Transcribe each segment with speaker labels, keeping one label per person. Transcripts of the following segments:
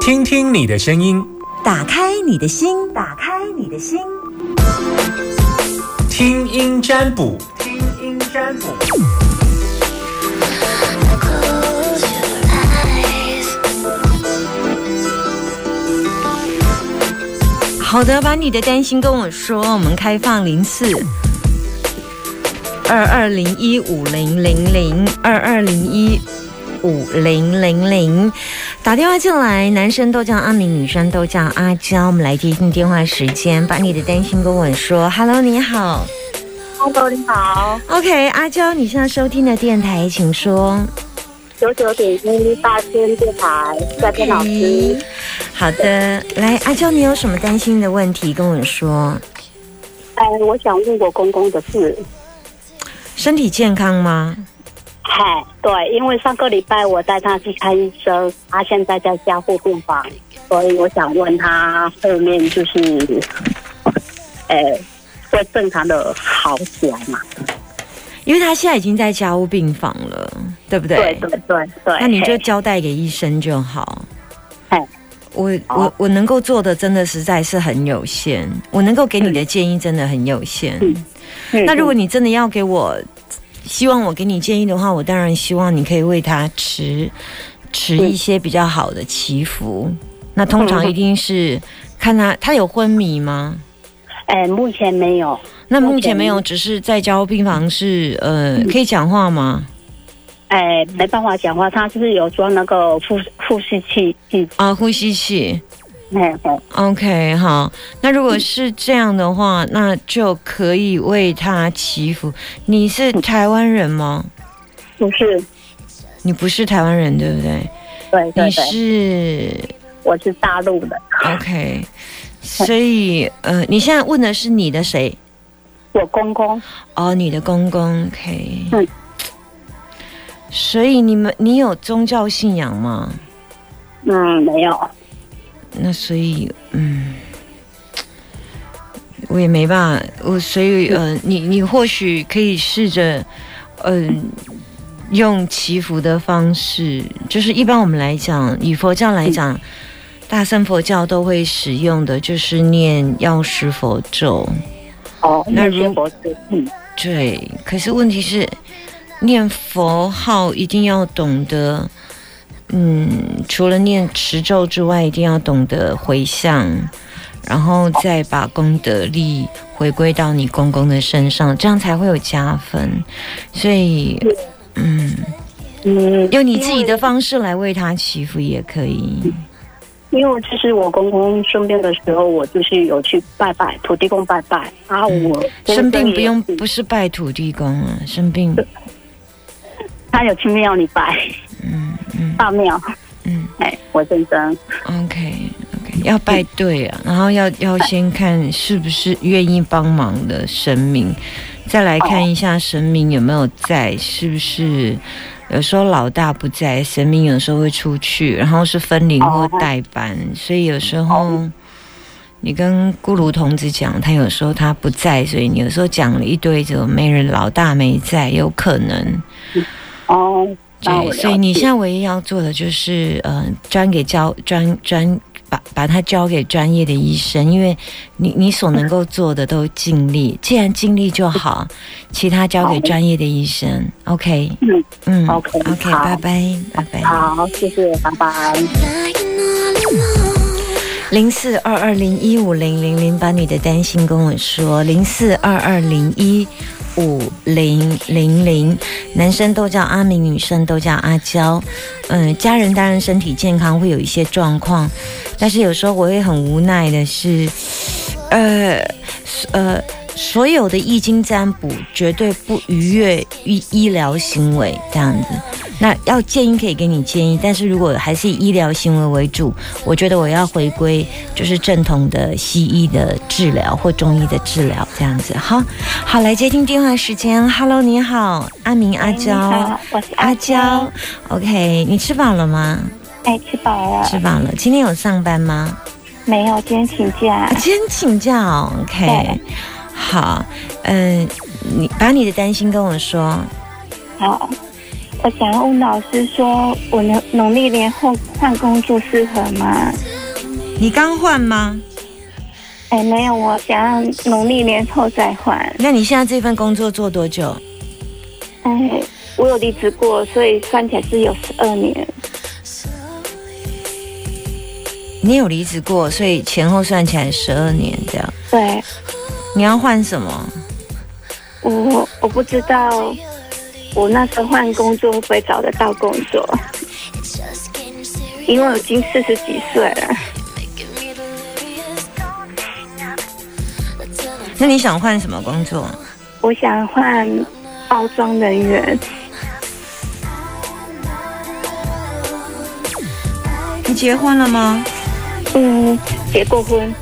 Speaker 1: 听听你的声音，
Speaker 2: 打开你的心，打开你的心，
Speaker 1: 听音占卜，听音占卜。
Speaker 3: Close your eyes.
Speaker 2: 好的，把你的担心跟我说，我们开放零四二二零一五零零零二二零一五零零零，打电话进来，男生都叫阿明，女生都叫阿娇，我们来接听电话时间，把你的担心跟我说。Hello，你好
Speaker 4: Hello，你好，
Speaker 2: ，OK，阿娇，你现在收听的电台，请说。
Speaker 4: 九九点一八千电台，夏天老
Speaker 2: 嗯
Speaker 4: 师，
Speaker 2: 好的，来，阿娇，你有什么担心的问题跟我说？
Speaker 4: 哎，我想问我公公的事。
Speaker 2: 身体健康吗？
Speaker 4: 嗨，对，因为上个礼拜我带他去看医生，他现在在加护病房，所以我想问他后面就是，哎，会正常的好起来嘛？
Speaker 2: 因为他现在已经在家务病房了，对不对？
Speaker 4: 对对对对。
Speaker 2: 那你就
Speaker 4: 嘿
Speaker 2: 交代给医生就好。
Speaker 4: 嘿
Speaker 2: 我我
Speaker 4: 好
Speaker 2: 我能够做的真的实在是很有限，我能够给你的建议真的很有限。
Speaker 4: 嗯嗯
Speaker 2: 那如果你真的要给我，希望我给你建议的话，我当然希望你可以为他吃吃一些比较好的祈福。那通常一定是看他他有昏迷吗？
Speaker 4: 哎，目前没有，
Speaker 2: 那目
Speaker 4: 目
Speaker 2: 前
Speaker 4: 前
Speaker 2: 没有，只是在交病房是呃可以讲话吗？
Speaker 4: 哎，没办法讲话，他就是有装那个腹腹式器器，
Speaker 2: 啊，呼吸器。
Speaker 4: 哎哎，
Speaker 2: OK，好，那如果是这样的话，那就可以为他祈福。你是台湾人吗？
Speaker 4: 不是，
Speaker 2: 你不是台湾人，对不对？
Speaker 4: 对对
Speaker 2: 你
Speaker 4: 对，
Speaker 2: 是
Speaker 4: 我是大陆的。
Speaker 2: OK，所以呃，你现在问的是你的谁？
Speaker 4: 我公公，
Speaker 2: 哦，你的公公，OK。
Speaker 4: 嗯
Speaker 2: 所以你们，你有宗教信仰吗？
Speaker 4: 嗯，没有，
Speaker 2: 那所以，嗯，我也没办法，我所以呃，你你或许可以试着，嗯、用祈福的方式，就是一般我们来讲，以佛教来讲，大乘佛教都会使用的就是念药师佛咒，
Speaker 4: 哦，
Speaker 2: 那
Speaker 4: 那
Speaker 2: 如
Speaker 4: 些博士，嗯，
Speaker 2: 对。可是问题是，念佛号一定要懂得。嗯，除了念持咒之外，一定要懂得回向，然后再把功德力回归到你公公的身上，这样才会有加分。所以，嗯，
Speaker 4: 嗯，
Speaker 2: 用你自己的方式来为他祈福也可以。
Speaker 4: 因为就是我公公生病的时候，我就是有去拜拜土地公拜拜啊，我
Speaker 2: 嗯生病不用，
Speaker 4: 先生也
Speaker 2: 不是拜土地公啊，生病，
Speaker 4: 他有去庙里拜，
Speaker 2: 嗯嗯
Speaker 4: 大庙，
Speaker 2: 嗯
Speaker 4: 哎，我先生，
Speaker 2: ，OK OK，要拜对啊，然后要要先看是不是愿意帮忙的神明，再来看一下神明有没有在，是不是？有时候老大不在，神明有时候会出去，然后是分灵或
Speaker 4: 哦
Speaker 2: 代班，所以有时候你跟咕噜童子讲，他有时候他不在，所以你有时候讲了一堆，就没人老大没在，有可能。
Speaker 4: 哦，那
Speaker 2: 对，
Speaker 4: 我了解
Speaker 2: 所以你现在唯一要做的就是，呃，专给交专专把把它交给专业的医生，因为你你所能够做的都尽力，既然尽力就好，其他交给
Speaker 4: 好
Speaker 2: 专业的医生。OK，
Speaker 4: 嗯
Speaker 2: 嗯
Speaker 4: OK，
Speaker 2: OK，
Speaker 4: 好
Speaker 2: 拜拜拜拜。
Speaker 4: 好，谢谢，拜拜。
Speaker 3: Lying all alone.
Speaker 2: 零四二二零一五零零零，把你的担心跟我说。零四二二零一五零零零，男生都叫阿明，女生都叫阿娇。嗯、家人当然身体健康会有一些状况，但是有时候我会很无奈的是，呃呃，所有的易经占卜绝对不逾越医医疗行为这样子。那要建议可以给你建议，但是如果还是以医疗行为为主，我觉得我要回归就是正统的西医的治疗或中医的治疗这样子。好，好，来接听电话时间。Hello，你好，阿明、阿娇、
Speaker 4: 我是
Speaker 2: 阿娇。OK，你吃饱了吗？
Speaker 5: 哎，吃饱了
Speaker 2: 吃饱了。今天有上班吗？
Speaker 5: 没有？今天请假
Speaker 2: 啊、。今天请假哦。OK，
Speaker 5: 对
Speaker 2: 好，嗯、你把你的担心跟我说。
Speaker 5: 好，我想要问老师说，我能农历年后换工作适合吗？
Speaker 2: 你刚换吗？
Speaker 5: 哎，没有，我想要农历年后再换。
Speaker 2: 那你现在这份工作做多久？
Speaker 5: 哎，我有离职过，所以算起来是有十二年。
Speaker 2: 你有离职过，所以前后算起来十二年这样。
Speaker 5: 对，
Speaker 2: 你要换什么？
Speaker 5: 我我不知道，我那时候换工作会不会找得到工作？因为我已经四十几岁了。
Speaker 2: 那你想换什么工作？
Speaker 5: 我想换包装人员，
Speaker 2: 你结婚了吗？
Speaker 5: 嗯，结过婚，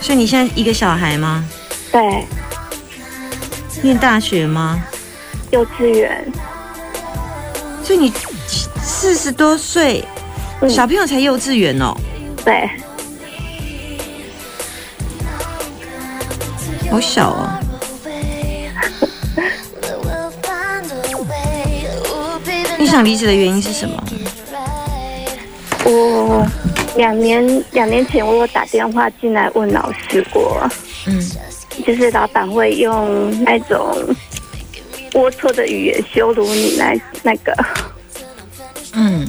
Speaker 2: 所以你现在一个小孩吗？
Speaker 5: 对，
Speaker 2: 念大学吗？
Speaker 5: 幼稚园，
Speaker 2: 所以你四十多岁，
Speaker 5: 嗯
Speaker 2: 小朋友才幼稚园哦。
Speaker 5: 对，
Speaker 2: 好小哦。 你想离职的原因是什么？
Speaker 5: 我哦两年两年前我有打电话进来问老师过，
Speaker 2: 嗯，
Speaker 5: 就是老板会用那种龌龊的语言羞辱你那那个，
Speaker 2: 嗯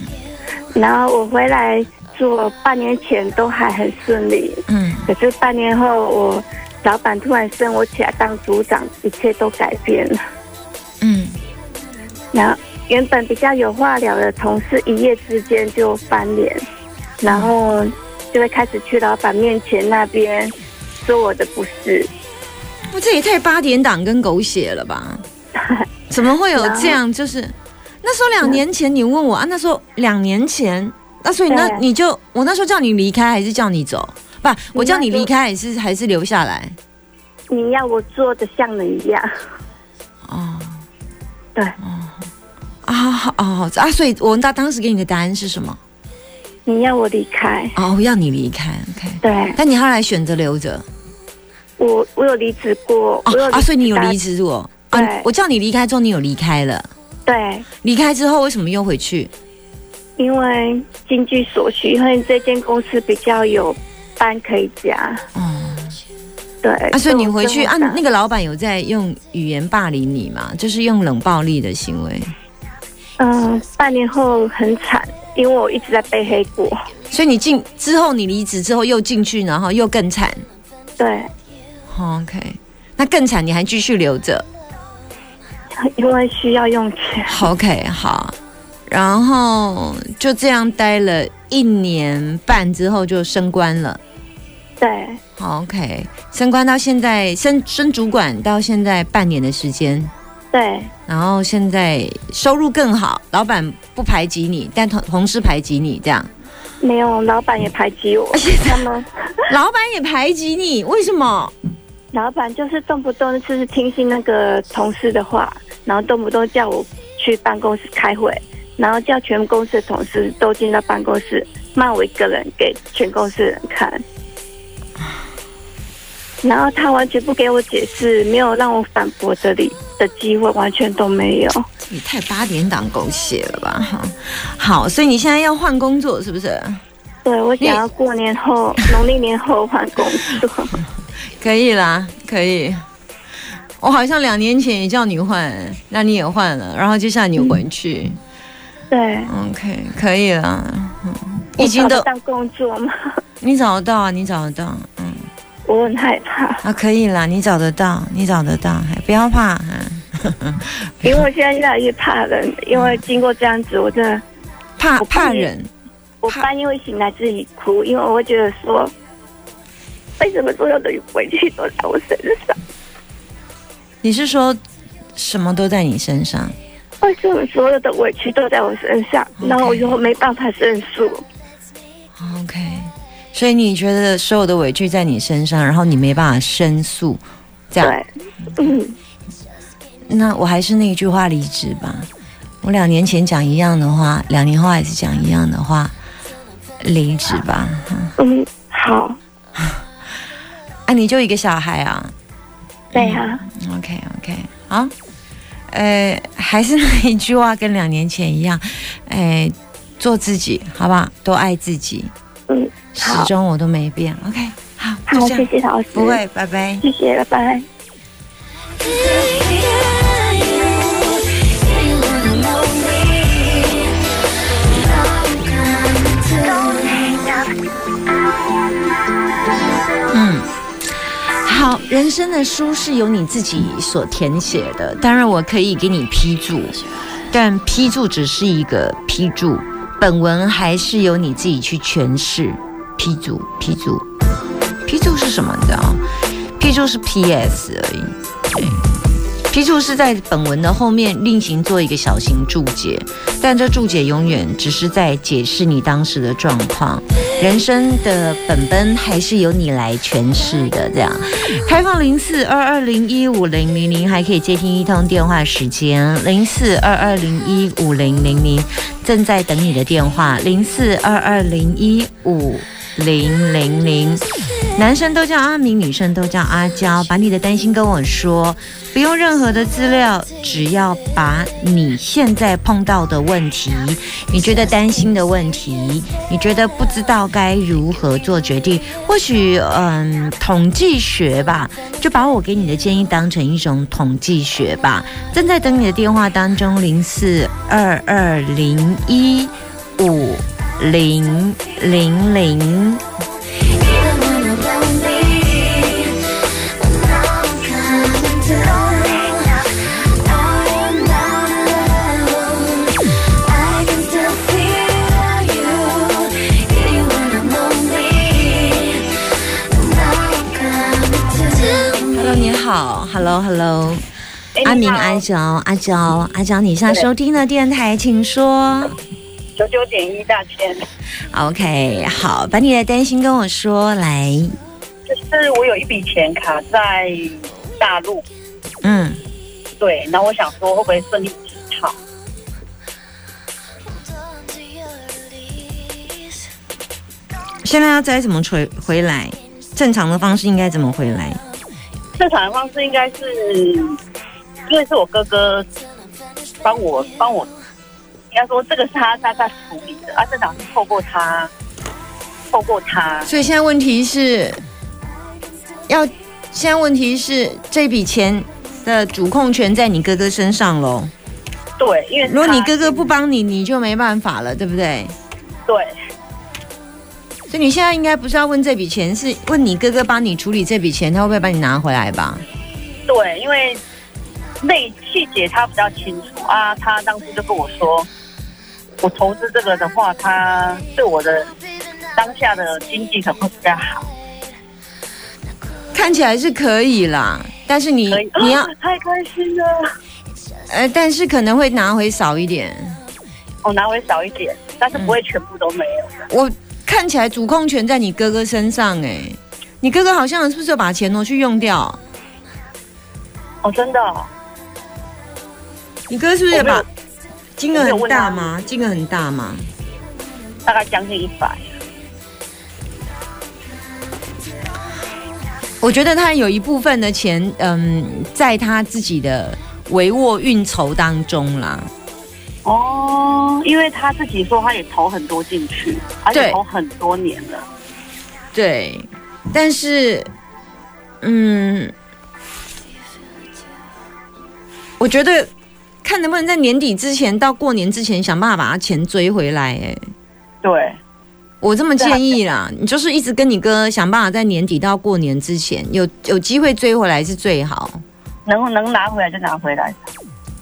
Speaker 5: 然后我回来做半年前都还很顺利，
Speaker 2: 嗯，
Speaker 5: 可是半年后我老板突然升我起来当组长，一切都改变了。
Speaker 2: 嗯，
Speaker 5: 然后原本比较有话聊的同事，一夜之间就翻脸，然后就会开始去老板面前那边说我的不是。
Speaker 2: 我这也太八点档跟狗血了吧？ 怎么会有这样？就是那时候两年前你问我啊，那时候两年前，那所以那
Speaker 5: 对
Speaker 2: 你就我那时候叫你离开还是叫你走？不，我叫你离开还是还是留下来？
Speaker 5: 你要我做的像人一样，
Speaker 2: 哦
Speaker 5: 对，
Speaker 2: 啊哦啊！所以我那当时给你的答案是什么？
Speaker 5: 你要我离开，
Speaker 2: 哦，我要你离开，OK。
Speaker 5: 对
Speaker 2: 但你后来选择留着
Speaker 5: 我我有离职过，
Speaker 2: 啊
Speaker 5: 我有
Speaker 2: 啊！所以你有离
Speaker 5: 职
Speaker 2: 职我啊
Speaker 5: 对！
Speaker 2: 我叫你离开之后，你有离开了。
Speaker 5: 过，对，
Speaker 2: 离开之后为什么又回去？
Speaker 5: 因为经济所需，因为这间公司比较有班可以加，
Speaker 2: 哦、
Speaker 5: 对，
Speaker 2: 啊，所以你回去
Speaker 5: 我
Speaker 2: 啊，
Speaker 5: 就想
Speaker 2: 那个老板有在用语言霸凌你吗？就是用冷暴力的行为，
Speaker 5: 嗯，半年后很惨，因为我一直在背黑锅，
Speaker 2: 所以你进之后，你离职之后又进去，然后又更惨。
Speaker 5: 对。
Speaker 2: 哦 OK，那更惨你还继续留着。
Speaker 5: 因为需要用钱。
Speaker 2: OK，好，然后就这样待了一年半之后就升官了。
Speaker 5: 对，
Speaker 2: 好 OK，升官到现在升升主管到现在半年的时间，
Speaker 5: 对，
Speaker 2: 然后现在收入更好，老板不排挤你，但同同事排挤你这样。
Speaker 5: 没有，老板也排挤
Speaker 2: 啊
Speaker 5: 我。他们
Speaker 2: 老板也排挤你，为什么？
Speaker 5: 老板就是动不动就是听信那个同事的话，然后动不动叫我去办公室开会，然后叫全公司的同事都进到办公室，骂我一个人给全公司人 看。然后他完全不给我解释，没有让我反驳的理的机会，完全都没有。
Speaker 2: 这也太八点档狗血了吧！哈好，所以你现在要换工作是不是？
Speaker 5: 对我想要过年 后、农历年后换工作。
Speaker 2: 可以啦，可以。我好像两年前也叫你换，那你也换了，然后接下来你回去、
Speaker 5: 对。
Speaker 2: o k 可以啦。嗯
Speaker 5: 我
Speaker 2: 已经
Speaker 5: 找
Speaker 2: 都
Speaker 5: 得到工作吗？
Speaker 2: 你找得到啊，你找得到，嗯
Speaker 5: 我很害怕，
Speaker 2: 啊，可以啦，你找得到，你找得到，还不要怕，嗯
Speaker 5: 因为我现在越来越怕人，因为经过这样子，我真的
Speaker 2: 怕
Speaker 5: 我
Speaker 2: 怕
Speaker 5: 帮你
Speaker 2: 人，
Speaker 5: 我半夜会醒来自己哭，因为我会觉得说，为什么所有的委屈都在我身上？
Speaker 2: 你是说什么都在你身上？
Speaker 5: 为什么所有的委屈都在我身上？
Speaker 2: OK
Speaker 5: 然后我又没办法申诉，
Speaker 2: OK，所以你觉得所有的委屈在你身上，然后你没办法申诉，这样
Speaker 5: 对，嗯，
Speaker 2: 那我还是那一句话，离职吧。我两年前讲一样的话，两年后还是讲一样的话，离职吧。
Speaker 5: 嗯，好，
Speaker 2: 啊，你就一个小孩啊
Speaker 5: 对啊，
Speaker 2: ？OK OK，好，呃，还是那一句话，跟两年前一样，哎、做自己，好不好？多爱自己，
Speaker 5: 嗯，
Speaker 2: 始
Speaker 5: 好
Speaker 2: 终我都没变。OK，好，就
Speaker 5: 好，
Speaker 2: 这
Speaker 5: 谢
Speaker 2: 样，
Speaker 5: 谢老师，
Speaker 2: 不，会，拜拜。
Speaker 5: 谢谢，拜拜。
Speaker 2: 嗯，好，人生的书是由你自己所填写的，当然我可以给你批注，但批注只是一个批注，本文还是由你自己去诠释。批注，批注，批注是什么？你知道？批注是 PS 而已。对，批注是在本文的后面另行做一个小型注解，但这注解永远只是在解释你当时的状况。人生的本本还是由你来诠释的。这样，开放零四二二零一五零零零，还可以接听一通电话时间零四二二零一五零零零，正在等你的电话零四二二零一五零零零。男生都叫阿明，女生都叫阿娇。把你的担心跟我说，不用任何的资料，只要把你现在碰到的问题，你觉得担心的问题，你觉得不知道该如何做决定，或许嗯，统计学吧，就把我给你的建议当成一种统计学吧。正在等你的电话当中，零四二二零一五零零零。Hello，你好，Hello，Hello，阿哎明、阿娇、阿娇、阿娇，你现在收听的电台，请说。
Speaker 4: 九九点一大千，
Speaker 2: OK，好，把你的担心跟我说来。
Speaker 4: 就是我有一笔钱卡在大陆，
Speaker 2: 嗯，
Speaker 4: 对，然后我想说会不会顺利起草？
Speaker 2: 现在要再怎么回回来？正常的方式应该怎么回来？
Speaker 4: 正常的方式应该是，因为是我哥哥帮我帮我，应该说这个是他他在处理的，啊，正常是透过他，透过他，
Speaker 2: 所以现在问题是，要现在问题是这笔钱的主控权在你哥哥身上喽。
Speaker 4: 对，因为
Speaker 2: 如果你
Speaker 4: 他
Speaker 2: 哥哥不帮你，你就没办法了，对不对？
Speaker 4: 对
Speaker 2: 所以你现在应该不是要问这笔钱，是问你哥哥帮你处理这笔钱，他会不会把你拿回来吧？
Speaker 4: 对，因为内细节他比较清楚啊，他当初就跟我说，我投资这个的话，他对我的当下的经济可能会比较好，
Speaker 2: 看起来是可以啦，但是你
Speaker 4: 可以，
Speaker 2: 你要
Speaker 4: 啊太开心了，
Speaker 2: 呃，但是可能会拿回少一点。
Speaker 4: 我拿回少一点，但是不会全部都没有。
Speaker 2: 我看起来主控权在你哥哥身上哎、你哥哥好像是不是有把钱挪去用掉？
Speaker 4: 哦，真的哦、
Speaker 2: 你哥是不是也
Speaker 4: 我没有
Speaker 2: 把金额
Speaker 4: 我没有
Speaker 2: 很
Speaker 4: 问
Speaker 2: 大
Speaker 4: 他
Speaker 2: 吗？金额很大吗？
Speaker 4: 大概将近一百。
Speaker 2: 我觉得他有一部分的钱，嗯，在他自己的帷幄运筹当中啦。
Speaker 4: 哦，因为他自己说他也投很多进去，而且
Speaker 2: 对
Speaker 4: 投很多年了。
Speaker 2: 对，但是，嗯，我觉得看能不能在年底之前到过年之前想办法把他钱追回来、哎，
Speaker 4: 对，
Speaker 2: 我这么建议啦，你就是一直跟你哥想办法在年底到过年之前有 有机会追回来是最好。
Speaker 4: 能能拿回来就拿回来，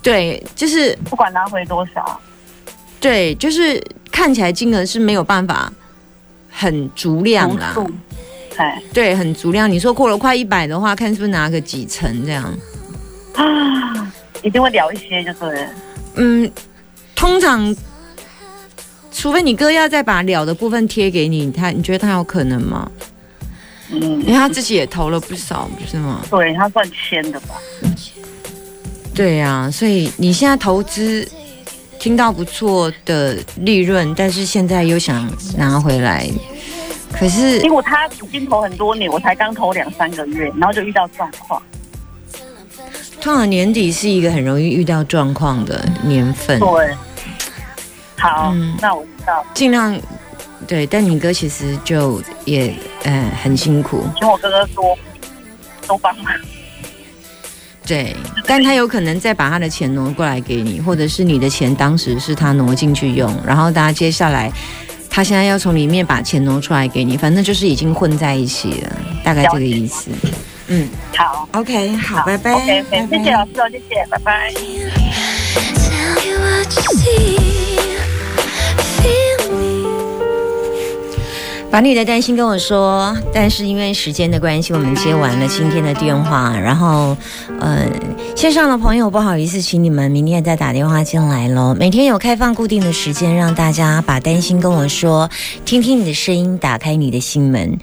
Speaker 2: 对，就是
Speaker 4: 不管拿回多少。
Speaker 2: 对，就是看起来金额是没有办法很足量啦，
Speaker 4: 数，哎
Speaker 2: 对，很足量。你说过了快一百的话，看是不是拿个几成这样？
Speaker 4: 啊，一定会聊一些，就是
Speaker 2: 嗯，通常，除非你哥要再把了的部分贴给你，他你觉得他有可能吗？
Speaker 4: 嗯
Speaker 2: 因，为他自己也投了不少，不是吗？
Speaker 4: 对他算签的吧？
Speaker 2: 对呀、所以你现在投资听到不错的利润，但是现在又想拿回来，可是
Speaker 4: 因为他已经投很多年，我才刚投两三个月，然后就遇到状况。
Speaker 2: 通常年底是一个很容易遇到状况的年份，
Speaker 4: 对，好，
Speaker 2: 嗯
Speaker 4: 那我知道。
Speaker 2: 尽量对。但你哥其实就也呃很辛苦，
Speaker 4: 请我哥哥多多帮忙。
Speaker 2: 对。但他有可能再把他的钱挪过来给你，或者是你的钱当时是他挪进去用，然后大家接下来他现在要从里面把钱挪出来给你，反正就是已经混在一起了，大概这个意思。嗯
Speaker 4: 好
Speaker 2: ，OK，好，拜拜
Speaker 4: ，OK，
Speaker 2: 拜拜
Speaker 4: 谢谢老师哦，谢谢，拜拜。
Speaker 3: Tell me what you see. Feel me.
Speaker 2: 把你的担心跟我说，但是因为时间的关系，我们接完了今天的电话，然后，呃，线上的朋友不好意思，请你们明天再打电话进来喽。每天有开放固定的时间，让大家把担心跟我说，听听你的声音，打开你的心门。